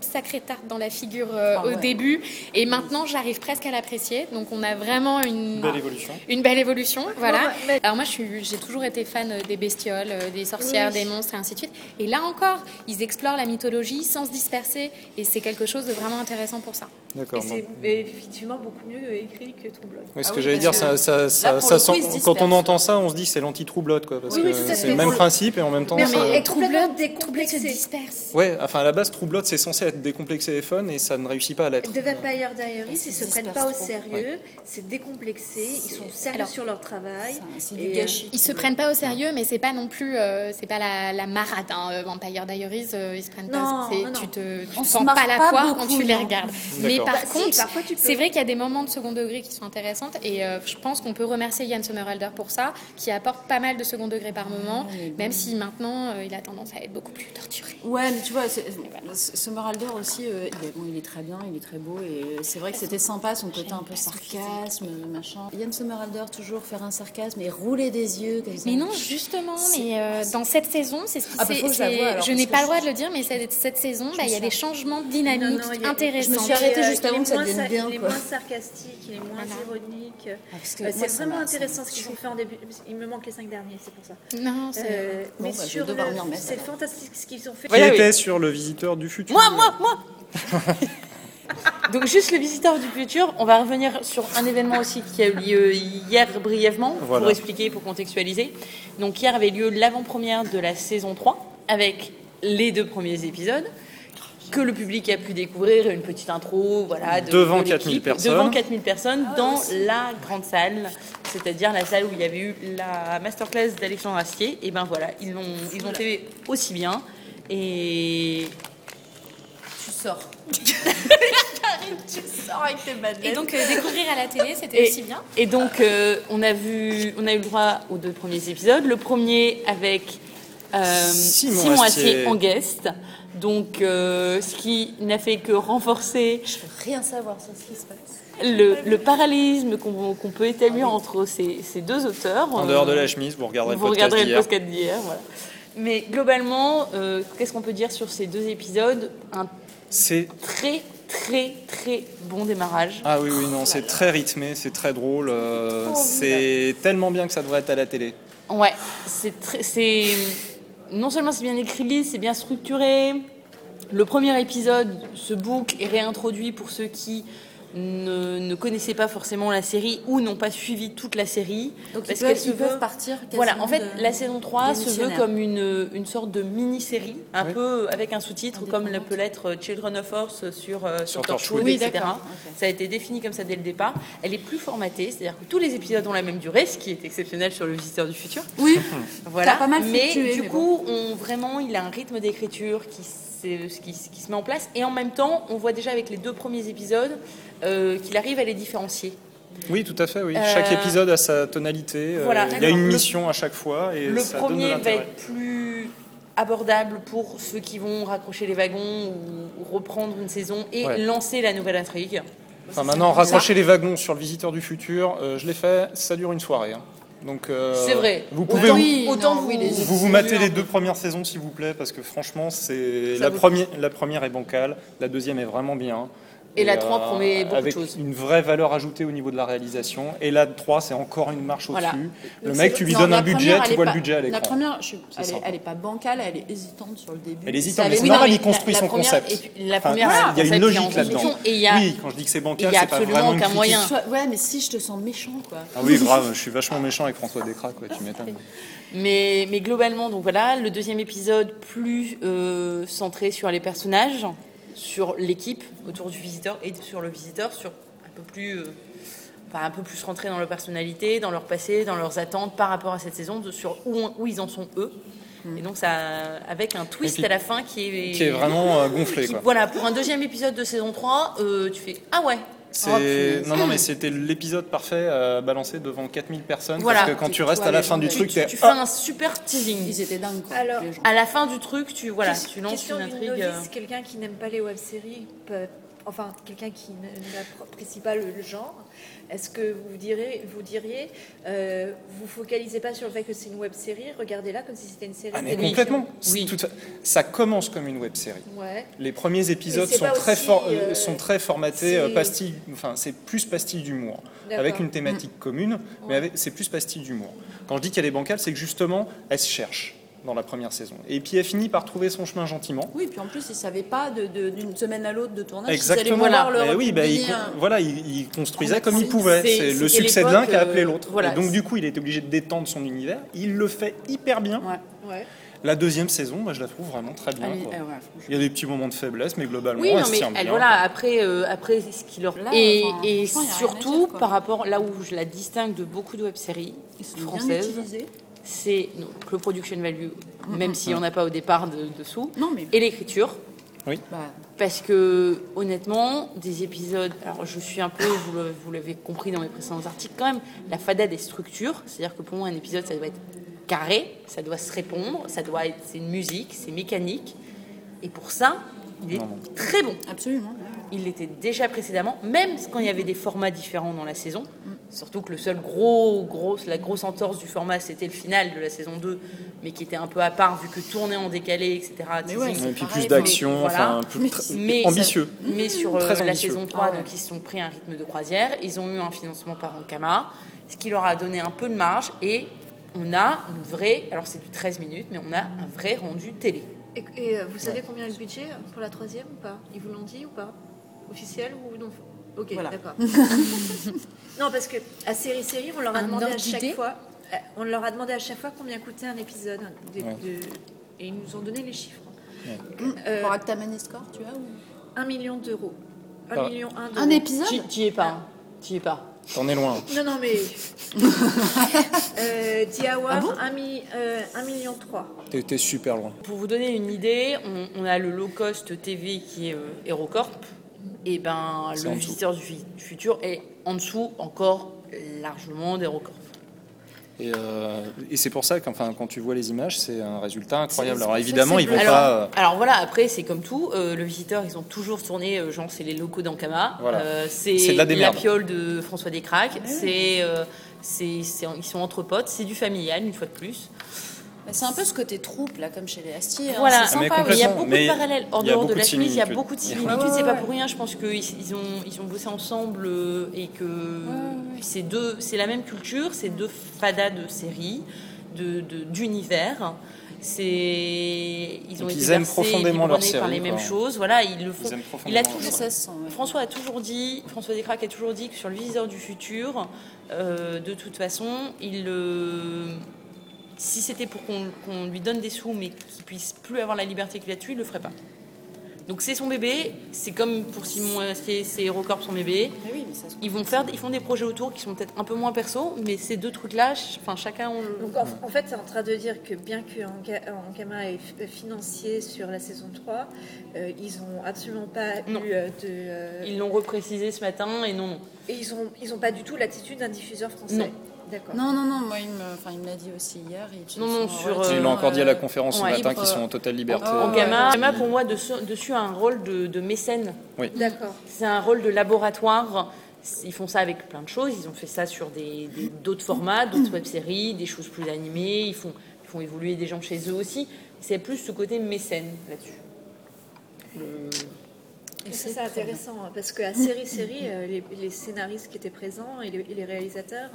S6: sacrées tartes dans la figure euh,
S3: Ah
S6: au
S3: ouais.
S6: début. Et maintenant j'arrive presque à l'apprécier. Donc on a vraiment une.
S1: Belle évolution.
S6: Une belle évolution, voilà.
S4: mais-
S6: Alors moi, je suis- j'ai toujours été fan euh, des bestioles, euh, des sorcières, des monstres et ainsi de suite. Et là encore, ils explorent la mythologie sans se disperser, et c'est quelque chose de vraiment intéressant pour ça.
S4: Et
S1: D'accord. bon.
S4: c'est mais effectivement beaucoup mieux écrit que True Blood.
S1: Oui, ce
S3: Ah
S1: que
S3: oui,
S1: j'allais dire,
S3: parce
S1: ça, ça, ça-
S3: pour
S1: ça
S3: le coup,
S1: sent-
S3: ils se dispersent.
S1: quand on entend ça, on se dit que c'est l'anti-trouble quoi, parce
S4: Oui,
S1: que
S4: oui, tout à
S1: c'est
S4: fait.
S1: le même
S4: Pour le-
S1: principe et en même temps.
S4: Mais-
S1: ça-
S4: mais-
S6: Troublot,
S4: complètement
S6: Troublot se
S4: décomplexé.
S6: disperse.
S1: Ouais, enfin à la base, trouble c'est censé être d'être décomplexé et fun et ça ne réussit pas à l'être.
S4: The Vampire Diaries,
S3: c'est
S4: ils se prennent pas au
S3: désespérant.
S4: sérieux, c'est décomplexé, ils sont sérieux
S6: Alors,
S4: sur leur travail.
S3: C'est du
S4: Et, euh,
S3: gâchis.
S6: Ils se prennent pas au sérieux, mais c'est pas non plus, euh, c'est pas la, la marade. Hein. euh, Vampire Diaries, euh, ils se prennent
S4: Non,
S6: pas. c'est-
S4: non, non.
S6: Tu te, tu
S3: On
S6: te
S3: se
S6: sens
S3: marre
S6: pas la
S3: pas
S6: poire quand
S3: beaucoup,
S6: tu les
S3: non.
S6: regardes. Mais
S1: D'accord.
S6: par
S4: Bah, si,
S6: contre,
S4: parfois, tu peux.
S6: c'est vrai qu'il y a des moments de second degré qui sont intéressants et euh, je pense qu'on peut remercier Yann Somerhalder pour ça, qui apporte pas mal de second degré par moment, même si maintenant euh, il a tendance à être beaucoup plus torturé.
S3: Ouais, mais tu vois, c'est- c'est- Summerhalder aussi, euh, il, est, bon, il est très bien, il est très beau, et euh, c'est vrai que c'était sympa, son côté un peu sarcasme, machin. Yann Summerhalder, toujours faire un sarcasme et rouler des yeux comme ça.
S6: Mais non, justement,
S3: C'est-
S6: mais euh, dans cette saison, c'est ce qui
S3: Ah, bah,
S6: s'est-
S3: faut que je la
S6: c'est-
S3: voie, alors,
S6: je
S3: parce
S6: n'ai
S3: que
S6: pas le
S3: je-
S6: droit de le dire, mais cette, cette saison, bah, il y a des changements de dynamique
S4: Non, non, il y a-
S6: intéressants.
S3: je me suis arrêtée
S4: euh,
S3: juste
S4: il est
S3: avant que ça
S4: moins
S3: devienne
S4: sa-
S3: bien,
S4: Il est
S3: quoi. Ah,
S4: moins sarcastique, il est moins ironique.
S3: parce que
S4: Euh,
S3: moi,
S4: c'est
S3: ça
S4: vraiment
S3: m'a- ça
S4: intéressant
S3: m'a
S4: ce qu'ils ont fait en début. Il me manque les cinq derniers, c'est pour ça.
S6: Non, c'est-
S4: Euh,
S3: Bon,
S4: mais
S3: bah, je vais
S4: sur le-
S3: devoir m'y remettre,
S4: c'est
S3: alors.
S4: fantastique ce qu'ils ont fait.
S1: Qui était sur le visiteur du futur
S5: Moi, moi, moi Donc juste le visiteur du futur, on va revenir sur un événement aussi qui a eu lieu hier brièvement,
S1: Voilà.
S5: pour expliquer, pour contextualiser. Donc hier avait lieu l'avant-première de la saison 3, avec les deux premiers épisodes, que le public a pu découvrir, une petite intro, voilà. de-
S1: Devant
S5: de
S1: 4000
S5: l'équipe,
S1: personnes.
S5: Devant 4000 personnes, dans la grande salle, c'est-à-dire la salle où il y avait eu la masterclass d'Alexandre Astier. Et ben voilà, ils l'ont ils l'ont fait aussi bien. Et
S3: Tu sors.
S6: Et donc euh, découvrir à la télé, c'était aussi bien.
S5: Et donc, euh, on, a vu, on a eu le droit aux deux premiers épisodes. Le premier avec euh,
S1: Simon
S5: Simon,
S1: Astier.
S5: Astier. en guest. Donc, euh, ce qui n'a fait que renforcer
S3: Rien savoir sur ce qui se passe.
S5: le, le parallélisme qu'on qu'on peut
S6: Ah
S5: établir entre ces, ces deux auteurs.
S1: En dehors de
S5: Euh,
S1: la chemise, vous regarderez
S5: vous
S1: le podcast
S5: regarderez le
S1: d'hier.
S5: podcast d'hier. Voilà. Mais globalement, euh, qu'est-ce qu'on peut dire sur ces deux épisodes Un
S1: C'est
S5: très, très, très bon démarrage.
S1: ah oui oui non c'est très rythmé, c'est très drôle, euh, c'est tellement bien que ça devrait être à la télé.
S5: Ouais, c'est très- c'est non seulement c'est bien écrit, c'est bien structuré. Le premier épisode, ce book est réintroduit pour ceux qui ne, ne connaissaient pas forcément la série ou n'ont pas suivi toute la série.
S3: Donc ils
S5: Parce
S3: peuvent,
S5: qu'elle se
S3: ils peuvent
S5: veut-
S3: partir.
S5: Voilà,
S3: quasiment
S5: en fait,
S3: de-
S5: la saison 3 se veut
S3: démissionnaire.
S5: comme une, une sorte de mini-série, un
S1: Oui.
S5: peu euh, avec un sous-titre, comme le
S3: Indépendante.
S5: peut l'être euh, Children of Force sur, euh, sur,
S1: Sur
S5: Torchwood,
S1: Torchwood.
S5: etc.
S3: d'accord, ok.
S5: Ça a été défini comme ça dès le départ. Elle est plus formatée, c'est-à-dire que tous les épisodes ont la même durée, ce qui est exceptionnel sur Le Visiteur du Futur.
S3: Oui,
S5: Voilà.
S3: T'as pas mal
S5: mais
S3: fluctué,
S5: du
S3: mais
S5: coup, on, vraiment, il a un rythme d'écriture qui, se- qui, se- qui se met en place. Et en même temps, on voit déjà avec les deux premiers épisodes euh, qu'il arrive à les différencier.
S1: Oui tout à fait oui.
S5: Euh,
S1: Chaque épisode a sa tonalité, euh,
S5: voilà,
S1: il y a
S5: d'accord.
S1: une
S5: Le-
S1: mission à chaque fois et
S5: Le
S1: ça donne de
S5: premier va
S1: l'intérêt.
S5: être plus abordable pour ceux qui vont raccrocher les wagons ou reprendre une saison et
S1: Ouais.
S5: lancer la nouvelle intrigue.
S1: Enfin, maintenant, raccrocher les wagons sur le visiteur du futur, euh, je l'ai fait, ça dure une soirée. hein. Donc, euh,
S5: C'est vrai.
S1: Vous pouvez
S3: Oui,
S5: autant
S3: non,
S5: vous,
S3: oui, les-
S1: vous, vous, vous matez les deux premières saisons, s'il vous plaît, parce que franchement, c'est la, première, la première est bancale, la deuxième est vraiment bien. euh,
S5: Et la trois promet beaucoup de
S1: avec
S5: choses.
S1: une vraie valeur ajoutée au niveau de la réalisation. Et la 3, c'est encore une marche au-dessus.
S5: Voilà.
S1: Le mec, tu lui
S3: Non,
S1: donnes
S3: la
S1: un budget,
S3: première, elle
S1: tu
S3: est
S1: vois
S3: pas-
S1: le budget à l'écran.
S3: La première, je suis- elle, est,
S1: sympa.
S3: elle est pas bancale, elle est hésitante sur le début.
S1: Elle hésite,
S3: Ça
S1: mais
S3: avait-
S1: c'est
S3: oui, non,
S1: normal,
S3: mais
S1: il construit
S5: la
S1: son
S5: première-
S1: concept.
S5: et puis la
S1: Enfin,
S5: première,
S1: il y a
S5: en fait,
S1: une logique
S5: en
S1: là-dedans.
S5: réflexion Et il y a,
S1: Oui, quand je dis que c'est bancal,
S5: il y a
S1: c'est pas
S5: absolument
S1: vraiment une
S5: aucun
S1: critique.
S5: moyen.
S3: Soit- Ouais, mais si je te sens méchant, quoi.
S1: Ah oui, grave, je suis vachement méchant avec François Descraques, quoi, tu m'étonnes.
S5: Mais, mais globalement, donc voilà, le deuxième épisode plus euh, centré sur les personnages, sur l'équipe autour du visiteur et sur le visiteur, sur un peu plus, euh, enfin, un peu plus rentré dans leur personnalité, dans leur passé, dans leurs attentes par rapport à cette saison, de- sur où, on- où ils en sont eux.
S4: Mm.
S5: Et donc ça, avec un twist
S1: Et puis-
S5: à la fin qui est,
S1: Qui est vraiment euh, gonflé,
S5: qui-
S1: quoi.
S5: voilà, pour un deuxième épisode de saison 3, euh, tu fais ah ouais. Oh,
S1: C'est...
S5: punaise.
S1: non, non, mais c'était l'épisode parfait à balancer devant 4000 personnes.
S5: Voilà.
S1: Parce que quand
S3: Tu-
S1: tu restes
S3: toi,
S1: à la
S3: les
S1: fin du
S3: gens,
S1: truc,
S5: tu,
S1: t'es.
S5: tu fais
S1: Ah
S5: un super teasing.
S3: Ils étaient dingues, quoi.
S4: Alors,
S3: les gens.
S5: À la fin du truc, tu voilà,
S4: Question-
S5: tu lances
S4: question
S5: une
S4: d'une
S5: intrigue. euh,
S4: novice, quelqu'un qui n'aime pas les web-séries, peut- enfin quelqu'un qui ne- n'apprécie pas le, le genre. Est-ce que vous direz, vous diriez, euh, vous focalisez pas sur le fait que c'est une web-série, regardez-la comme si c'était une série.
S1: Ah, mais
S4: de
S1: complètement. C'est
S5: Oui.
S1: tout- Ça commence comme une web série.
S4: télévision. Ouais.
S1: Les premiers épisodes
S4: Et c'est
S1: sont
S4: pas
S1: très,
S4: aussi,
S1: for- euh,
S4: euh,
S1: sont très formatés,
S4: c'est-
S1: euh, pastille, enfin, c'est plus pastille d'humour.
S4: D'accord.
S1: Avec une thématique commune, mais avec- c'est plus pastille d'humour. Quand je dis qu'elle est bancale, c'est que justement, elle se cherche dans la première saison. Et puis elle finit par trouver son chemin gentiment.
S3: Oui, puis en plus, ils savaient pas de- de- d'une semaine à l'autre de
S5: Hein,
S3: tournage. Ils
S1: Exactement.
S3: allaient vouloir
S1: Mais
S3: leur
S1: oui, bah, il,
S3: publier un-
S1: voilà, il, il construisait
S3: Ah,
S1: comme il
S3: c'est-
S1: pouvait.
S5: c'est-
S1: C'est le
S5: c'était
S1: succès de
S5: l'époque,
S1: l'un qui a appelé
S5: euh,
S1: l'autre.
S5: voilà.
S1: Et donc du coup, il était obligé de détendre son univers. Il le fait hyper bien.
S3: Ouais.
S4: Ouais.
S1: La deuxième saison, moi, je la trouve vraiment très bien.
S5: Elle est-
S1: quoi.
S5: elle- eh ouais, franchement.
S1: Il y a des petits moments de faiblesse, mais globalement,
S5: Oui,
S1: elle
S5: non,
S1: se
S5: mais
S1: tient
S5: elle-
S1: bien.
S5: voilà, après, euh, après ce qui leur
S3: Là,
S5: Et,
S3: enfin, franchement, y
S5: et
S3: a rien à
S5: surtout,
S3: dire, quoi.
S5: par rapport là où je la distingue de beaucoup de web-séries
S3: Française.
S5: françaises, c'est donc, le production value, même s'il n'y en a pas au départ de, dessous,
S3: Mm, Non, mais-
S5: et l'écriture.
S3: Bah,
S5: Parce que honnêtement, des épisodes, alors je suis un peu, vous le- vous l'avez compris dans mes précédents articles quand même, la fada des structures, c'est-à-dire que pour moi un épisode ça doit être carré, ça doit se répondre, ça doit être, c'est une musique, c'est mécanique, et pour ça, il est très bon.
S3: absolument.
S5: Il l'était déjà précédemment, même quand il y avait des formats différents dans la saison. Surtout que le seul gros, grosse, la grosse entorse du format, c'était le final de la saison 2, mais qui était un peu à part vu que tourné en décalé, etc. tu sais,
S1: Et puis
S3: pareil,
S1: plus d'action,
S5: mais voilà.
S1: enfin, plus tr-
S5: mais ça-
S1: ambitieux.
S5: mais sur euh,
S1: Très
S5: la
S1: ambitieux.
S5: saison 3,
S3: ouais.
S5: donc ils se sont pris un rythme de croisière. Ils ont eu un financement par Ankama, ce qui leur a donné un peu de marge. Et on a une vraie, alors c'est du 13 minutes, mais on a un vrai rendu télé.
S4: Et, et, euh, vous savez combien est le budget pour la troisième ou pas Ils vous l'ont dit ou pas Officiel ou non Ok,
S5: Voilà.
S4: d'accord. non, parce que à série série, on leur a
S3: Un
S4: demandé à
S3: ordre
S4: chaque
S3: d'idée
S4: fois, euh, on leur a demandé à chaque fois combien coûtait un épisode, de-
S1: Ouais.
S4: de- et ils nous ont donné les chiffres.
S3: Euh, Pour Actamani Score, tu vois ou...
S4: Un million d'euros, un
S1: Ah.
S4: million un
S3: Un
S4: d'euros.
S3: épisode
S5: T'y t'y es pas, hein. t'y es pas.
S1: T'en es loin.
S4: Non, non, mais euh, d'y
S3: Ah
S4: avoir un, mi- euh, un million trois.
S1: T'es t'es super loin.
S5: Pour vous donner une idée, on, on a le low cost TV qui est euh, Hérocorp. Et ben
S1: C'est
S5: le
S1: en dessous.
S5: visiteur du, fi- du futur est en dessous encore largement d'Hérocorp.
S1: Et, euh, et c'est pour ça qu'enfin, quand tu vois les images, c'est un résultat incroyable.
S4: C'est-
S1: Alors
S4: c'est-
S1: évidemment,
S4: c'est
S1: ils vont
S5: alors,
S1: pas. euh,
S5: alors voilà, après c'est comme tout, euh, le visiteur ils ont toujours tourné, euh, genre c'est les locaux d'Ankama,
S1: Voilà.
S5: Euh, c'est
S1: C'est de la démerde.
S5: piole de François Descraques, c'est, euh, c'est, c'est- ils sont entre potes, c'est du familial une fois de plus.
S3: Bah, C'est un peu ce côté troupe, là, comme chez les Astiers. hein,
S5: Voilà,
S3: c'est
S1: Ah, mais
S3: sympa.
S5: mais il y a
S1: complètement,
S5: beaucoup
S1: mais
S5: de parallèles en
S1: il y a
S5: dehors de
S1: beaucoup
S5: la
S1: de
S5: chemise, il y a
S1: similitudes.
S5: beaucoup de
S1: Ouais,
S5: similitudes,
S3: ouais,
S5: c'est pas
S3: ouais.
S5: pour rien, je pense qu'ils ils ont, ils ont bossé ensemble euh, et que c'est deux, c'est la même culture, c'est deux fadas de séries, de, de- d'univers. C'est, ils ont
S1: puis
S5: été
S1: ils aiment
S5: bercés,
S1: profondément leur
S5: biberonnés par
S1: série,
S5: les mêmes
S1: quoi.
S5: choses, voilà, ils le font.
S1: aiment
S5: il
S1: profondément
S5: a toujours
S1: leur
S3: Ça se sent, ouais.
S5: François a toujours dit, François Descraques a toujours dit que sur le viseur du futur, euh, de toute façon, il, euh, si c'était pour qu'on qu'on lui donne des sous, mais qu'il puisse plus avoir la liberté qu'il a dessus, il le ferait pas. Donc c'est son bébé, c'est comme pour Simon Astier, c'est Hérocorp son bébé.
S3: Mais oui, mais ça se
S5: Ils vont faire, ils font des projets autour qui sont peut-être un peu moins perso, mais ces deux trucs-là, ch- enfin chacun. on le-
S4: Donc en, en fait, c'est en train de dire que bien que Anka- Ankama est f- euh, financier sur la saison 3, euh, ils ont absolument pas
S5: Non.
S4: eu euh, de. euh,
S5: Ils l'ont reprécisé ce matin et non. non.
S4: Et ils ont, ils ont pas du tout l'attitude d'un diffuseur français.
S5: Non.
S4: D'accord.
S3: Non, non, non, moi, il me, enfin, il me l'a dit aussi hier. il-
S5: Non, non,
S3: ils sont
S5: sur,
S1: Il
S3: relativement,
S1: l'a encore dit à la
S3: euh,
S1: conférence ce
S5: ouais,
S1: matin
S3: libre,
S1: qu'ils sont
S3: euh,
S1: en totale liberté.
S3: en- en
S5: Ankama, Ankama, pour moi, dessus, dessus a un rôle de, de mécène.
S4: D'accord.
S5: C'est un rôle de laboratoire. Ils font ça avec plein de choses. Ils ont fait ça sur des- des- d'autres formats, d'autres web-séries, des choses plus animées. Ils font, ils font évoluer des gens chez eux aussi. C'est plus ce côté mécène là-dessus.
S4: Et ça, C'est intéressant hein, parce qu'à série série, euh, les, les scénaristes qui étaient présents et les, et les réalisateurs,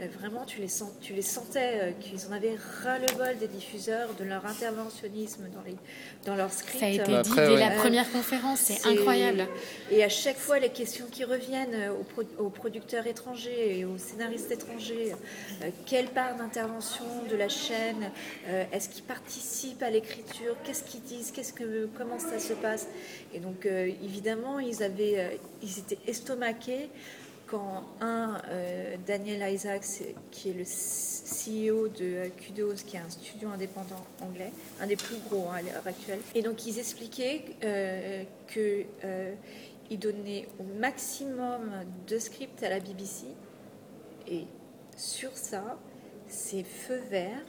S4: euh, vraiment, tu les, sens, tu les sentais euh, qu'ils en avaient ras le bol des diffuseurs, de leur interventionnisme dans les dans Euh, leurs scripts.
S6: Ça a été
S1: Bah,
S6: dit
S1: après,
S6: dès
S1: ouais.
S6: la première conférence, c'est incroyable.
S4: Et à chaque fois, les questions qui reviennent euh, aux, pro- aux producteurs étrangers et aux scénaristes étrangers, euh, quelle part d'intervention de la chaîne euh, Est-ce qu'ils participent à l'écriture Qu'est-ce qu'ils disent Qu'est-ce que, Comment ça se passe Et donc, euh, évidemment, ils, avaient, euh, ils étaient estomaqués quand un, euh, Daniel Isaacs, qui est le C- CEO de euh, Kudos, qui est un studio indépendant anglais, un des plus gros hein, à l'heure actuelle, et donc ils expliquaient euh, que euh, ils donnaient au maximum de scripts à la BBC, et sur ça, c'est feu vert,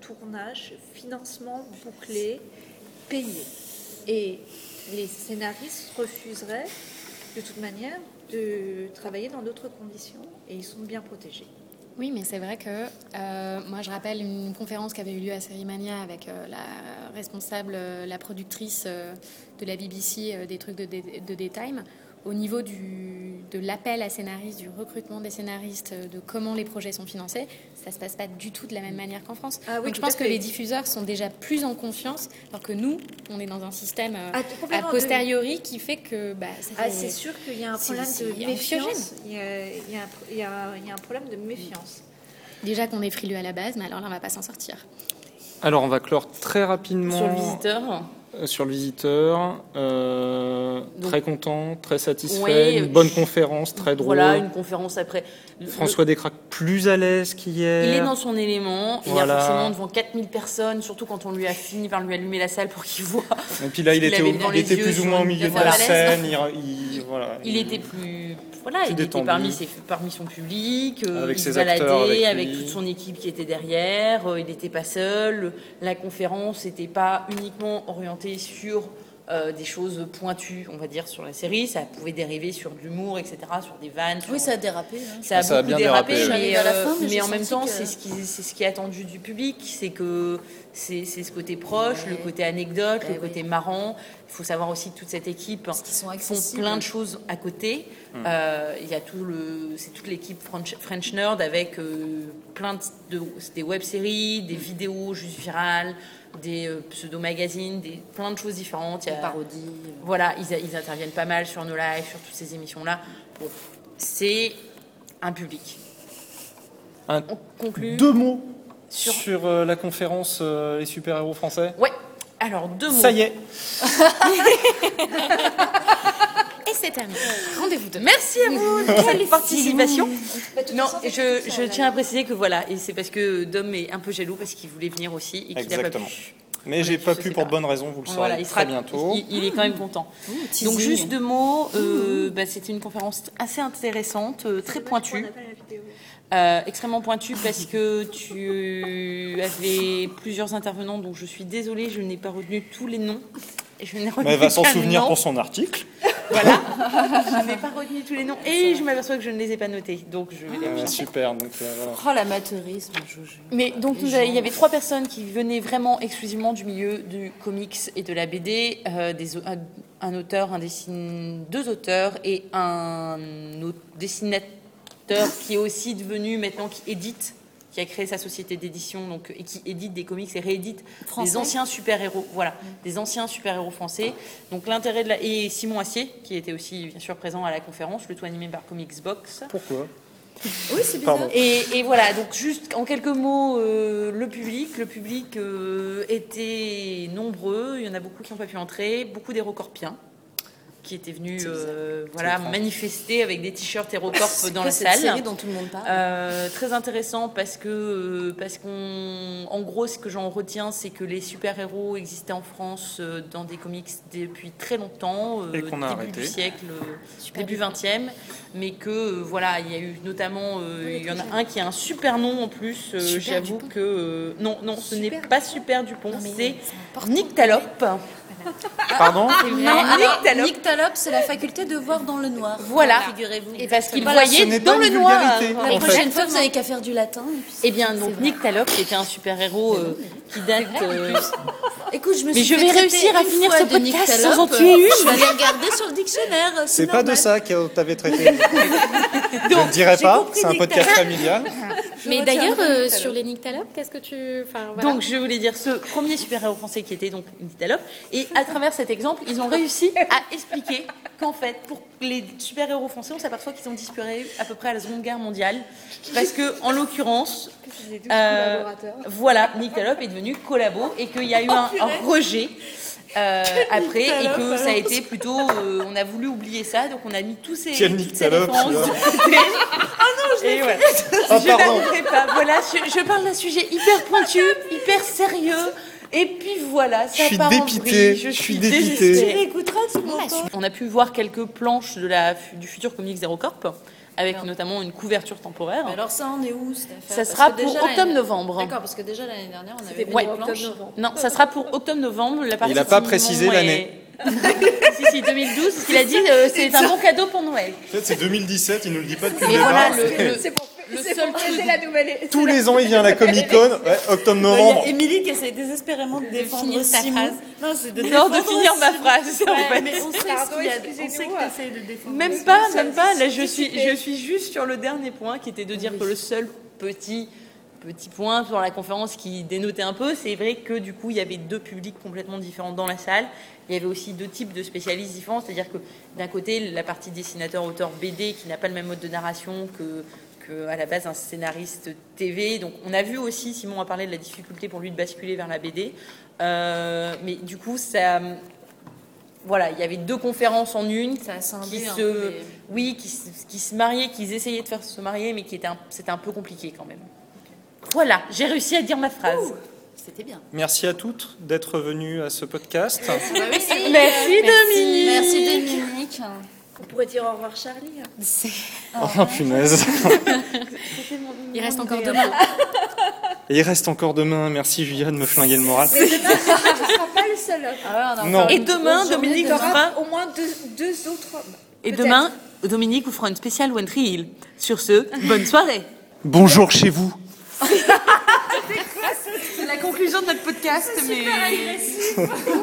S4: tournage, financement bouclé, payé. Et les scénaristes refuseraient, de toute manière, de travailler dans d'autres conditions, et ils sont bien protégés.
S6: Oui, mais c'est vrai que euh, moi je rappelle une conférence qui avait eu lieu à Sérimania avec euh, la responsable, euh, la productrice euh, de la BBC euh, des trucs de, Day- de Daytime, au niveau du, de l'appel à scénaristes, du recrutement des scénaristes, euh, de comment les projets sont financés, ça se passe pas du tout de
S1: Mm.
S6: la même manière qu'en France.
S4: Ah oui,
S6: Donc je
S4: tout à
S6: pense que
S4: fait.
S6: les diffuseurs sont déjà plus en confiance, alors que nous, on est dans un système euh,
S4: Ah, complètement,
S6: a posteriori qui fait que bah, ça
S4: Ah,
S6: fait-
S4: c'est sûr qu'il y a un
S6: c'est-
S4: problème
S6: c'est
S4: de méfiance.
S6: anxiogène.
S4: Il y, a, il y a un pro- il y a- il y a un problème de méfiance.
S6: déjà qu'on est frileux à la base, mais alors là on va pas s'en sortir.
S1: Alors, on va clore très rapidement
S5: Sur le visiteur,
S1: euh, sur le visiteur. Euh,
S5: Donc-
S1: très content, très satisfait, une
S5: Oui,
S1: bonne
S5: je-
S1: conférence, très drôle.
S5: voilà, une conférence après. Le-
S1: François Descraques plus à l'aise
S5: le-
S1: qu'hier.
S5: il est dans son élément, il y
S1: Voilà.
S5: a forcément devant 4000 personnes, surtout quand on lui a fini par lui allumer la salle pour qu'il voit.
S1: Et puis là, il,
S5: Il
S1: était, au-
S5: avait dans
S1: il
S5: les
S1: était
S5: yeux
S1: plus ou
S5: sur
S1: moins au
S5: une
S1: milieu de
S5: affaire
S1: la
S5: à
S1: scène.
S5: l'aise.
S1: Il, il- voilà,
S5: Il était plus. Voilà,
S1: Euh, Plus
S5: il
S1: détendu.
S5: était parmi, ses, parmi son public, euh,
S1: Avec
S5: il
S1: ses
S5: se baladait
S1: acteurs, avec
S5: avec,
S1: lui.
S5: toute son équipe qui était derrière, euh, il n'était pas seul, euh, la conférence n'était pas uniquement orientée sur euh, des choses pointues, on va dire, sur la série, ça pouvait dériver sur de l'humour, etc., sur des vannes. sur-
S2: Oui, ça a dérapé. hein.
S5: ça a,
S1: Ça a
S5: beaucoup
S1: bien
S5: dérapé,
S1: dérapé,
S2: ouais.
S5: mais,
S2: J'arrive à la
S5: euh,
S2: fin, mais
S5: mais
S2: j'ai
S5: en même
S2: senti
S5: temps,
S2: que-
S5: c'est ce, qui, c'est ce qui est attendu du public, c'est que c'est c'est ce côté proche, le
S3: Ouais.
S5: côté anecdote, le
S2: Eh
S3: Ouais,
S5: côté marrant. Il faut savoir aussi que toute cette équipe
S3: Parce qu'ils sont
S5: font
S3: accessibles.
S5: plein de choses à côté. Euh, Il y a tout le, c'est toute l'équipe French, French Nerd avec euh, plein de, de- c'est des web-séries,
S2: Hmm.
S5: des vidéos juste virales, des euh, pseudo-magazines, des plein de choses différentes. Il y a-
S3: parodie.
S5: voilà, ils, ils interviennent pas mal sur nos lives, sur toutes ces émissions-là. Bon, c'est un public.
S1: Un-
S5: On conclut.
S1: Deux mots sur,
S5: Sur-
S1: euh, la conférence euh, Les super-héros français.
S5: Ouais. Alors deux mots.
S1: Ça y est,
S6: Et c'est terminé. Rendez-vous demain.
S5: Merci à vous pour cette participation.
S4: Bah, de toute
S5: Non,
S4: façon, c'est
S5: je,
S4: tout ça,
S5: je
S4: là.
S5: tiens à préciser que voilà, et c'est parce que Dom est un peu jaloux parce qu'il voulait venir aussi et qu'il n'a pas
S1: Exactement.
S5: pu.
S1: mais
S5: On
S1: j'ai
S5: a
S1: pas
S5: tous
S1: pu
S5: ces
S1: pour
S5: cas.
S1: bonne raison, vous le saurez
S5: Voilà, il
S1: très
S5: sera
S1: bientôt.
S5: Il, il est quand même content. Donc juste deux mots. euh, bah, C'était une conférence assez intéressante, euh, très
S4: Pourquoi on
S5: pointue.
S4: n'a pas la vidéo
S5: Euh, extrêmement pointu parce que tu avais plusieurs intervenants, donc je suis désolée, je n'ai pas retenu tous les noms. Et je n'ai retenu
S1: Mais elle va s'en
S5: qu'un
S1: souvenir
S5: nom.
S1: pour son article.
S5: Je n'ai pas retenu tous les noms et je m'aperçois que je ne les ai pas notés. Donc je vais les
S1: Euh,
S5: rechercher.
S1: super, donc euh, voilà.
S3: Oh, l'amateurisme, Jojo.
S5: Mais donc
S3: Les
S5: nous avions- il y
S3: gens.
S5: avait trois personnes qui venaient vraiment exclusivement du milieu du comics et de la BD, euh, des, au- un, un auteur, un dessin, deux auteurs et un au- dessinateur qui est aussi devenu maintenant qui édite, qui a créé sa société d'édition donc et qui édite des comics et réédite
S3: Français.
S5: des anciens super héros, voilà, des anciens super héros français. Donc l'intérêt de la et Simon Assier qui était aussi bien sûr présent à la conférence, le tout animé par Comics Box.
S1: Pourquoi
S3: Oui, c'est bizarre.
S1: Pardon.
S5: Et, et voilà, donc juste en quelques mots, euh, le public, le public euh, était nombreux. Il y en a beaucoup qui n'ont pas pu entrer, beaucoup des recorpiens qui étaient venus euh, voilà manifester avec des t-shirts et recorps
S3: C'est
S5: dans
S3: quoi
S5: la
S3: cette
S5: salle.
S3: série dont tout le monde parle.
S5: Euh, très intéressant parce que euh, parce qu'on en gros ce que j'en retiens c'est que les super héros existaient en France euh, dans des comics depuis très longtemps euh,
S1: Et qu'on a
S5: début
S1: arrêté.
S5: du siècle euh, début 20e mais que euh, voilà il y a eu notamment euh, il y en a un qui a un super nom en plus euh,
S6: Super
S5: j'avoue
S6: Dupont.
S5: que euh, non non ce n'est
S4: Super
S5: pas super Dupont c'est
S6: porte-
S5: Nick Talop Ah,
S1: Pardon
S3: Non,
S5: Euh, Nick
S3: alors,
S5: Talop.
S3: Nick Talop, c'est la faculté de voir dans le noir.
S5: Voilà.
S3: Figurez-vous.
S5: et parce qu'il
S3: Voilà,
S1: ce n'est
S5: voyait
S1: pas
S5: dans le
S1: une
S5: noir
S1: vulgarité,
S3: La
S1: en fait.
S3: prochaine fois, vous n'avez qu'à faire du latin. et puis c'est-
S5: et Eh bien donc Nick Talop qui était un super héros qui date euh,
S3: Écoute, je me
S5: Mais
S3: suis
S5: je
S3: fait
S5: vais
S3: traiter
S5: réussir à
S3: une
S5: finir
S3: fois
S5: ce
S3: de Nick
S5: podcast
S3: Talop,
S5: sans en
S3: euh,
S5: tuer une.
S3: Je vais aller regarder sur le dictionnaire. euh,
S1: C'est pas de
S3: normal.
S1: ça que t'avais traité. Je ne dirai
S5: j'ai
S1: pas,
S5: compris
S1: c'est un
S5: des
S1: podcast familial.
S6: Mais d'ailleurs, euh, sur les Nyctalopes, qu'est-ce que tu. Enfin, voilà.
S5: Donc je voulais dire ce premier super-héros français qui était donc Nitalope. Et à travers cet exemple, ils ont réussi à expliquer qu'en fait, pour les super-héros français, on s'aperçoit qu'ils ont disparu à peu près à la Seconde Guerre mondiale. Parce que, en l'occurrence,
S4: J'ai douze
S5: euh,
S4: collaborateurs.
S5: voilà, Nitalope est devenu collabo et qu'il y a eu un, un rejet. euh, après et que ça a été plutôt euh, on a voulu oublier ça donc on a mis tous ces,
S1: Quel
S5: toutes ces
S1: Nyctalope,
S5: références de côté et voilà.
S1: Ah,
S5: Je
S1: pardon.
S5: n'arriverai pas. Voilà, je, je parle d'un sujet hyper pointu, hyper sérieux. Et puis voilà, ça
S1: Je suis
S5: part en
S1: dépité,
S5: vrille.
S1: je suis dépité.
S5: désespérée.
S2: Écoutera tout mon temps.
S5: On a pu voir quelques planches de la, du futur comics Zero Corp, avec notamment une couverture temporaire.
S3: Mais Alors ça, on est où cette affaire
S5: Ça
S3: Parce
S5: sera
S3: que
S5: pour
S3: déjà, l'année-
S5: octobre-novembre.
S3: D'accord, parce que déjà l'année dernière, on avait
S4: C'était
S3: vu
S5: Ouais.
S3: des planches.
S4: octobre-novembre.
S5: Non, ça sera pour octobre-novembre. La partie
S1: Il a pas
S5: Simon
S1: précisé
S5: est-
S1: l'année.
S5: si, si, 2012. ce qu'il a dit, euh, c'est un bon cadeau pour Noël.
S1: Peut-être c'est 2017, il nous le dit pas depuis
S5: Mais voilà, le, le-
S4: C'est pour,
S5: le
S4: c'est
S5: seul
S4: pour fêter la nouvelle.
S1: Tous les ans, il vient à la Comic Con,
S2: Il y
S1: octobre-novembre.
S2: a Émilie qui essaie désespérément de défendre
S6: finir sa
S2: Simon.
S6: phrase.
S2: Non, c'est de
S5: Non, de
S2: défendre
S5: finir ma
S2: Simon.
S5: phrase, en
S2: Ouais,
S5: fait.
S2: mais on sait, ce
S4: Pardon,
S2: qu'il y a- on
S4: excusez-nous.
S2: sait que t'essayes de défendre.
S5: Même
S2: Simon.
S5: pas, même pas. Là, je suis, je suis juste sur le dernier point qui était de dire que le seul petit petit point sur la conférence qui dénotait un peu, c'est vrai que du coup, il y avait deux publics complètement différents dans la salle. Il y avait aussi deux types de spécialistes différents, c'est-à-dire que d'un côté, la partie dessinateur-auteur BD qui n'a pas le même mode de narration que que à la base un scénariste TV. Donc on a vu aussi, Simon a parlé de la difficulté pour lui de basculer vers la BD. Euh, mais du coup, ça, voilà, il y avait deux conférences en une
S3: Ça a scindé hein,
S5: qui
S3: un
S5: se,
S3: peu les-
S5: oui, qui, se- qui se mariaient, qui essayaient de faire se marier, mais qui était un, c'était un peu compliqué quand même. Voilà, j'ai réussi à dire ma phrase.
S3: Ouh, C'était bien.
S1: Merci à toutes d'être venues à ce podcast.
S3: Merci,
S5: Merci Dominique.
S3: Merci Dominique.
S4: On pourrait dire au revoir Charlie. hein.
S1: Oh punaise.
S6: Il reste encore demain.
S1: Et il reste encore demain. Merci Julia de me flinguer le moral.
S4: Tu ne seras pas le seul homme.
S3: Ah ouais, on a
S1: Non.
S3: encore
S5: Et
S3: une
S5: demain,
S3: grosse journée
S5: Dominique
S4: Il y
S5: Au
S3: demain.
S4: aura
S5: revoir.
S4: au moins deux, deux autres hommes.
S5: Et
S4: Peut-être.
S5: demain, Dominique vous fera une spéciale One Tree Hill. Sur ce, bonne soirée.
S1: Bonjour chez vous.
S5: C'est la conclusion de notre podcast, mais.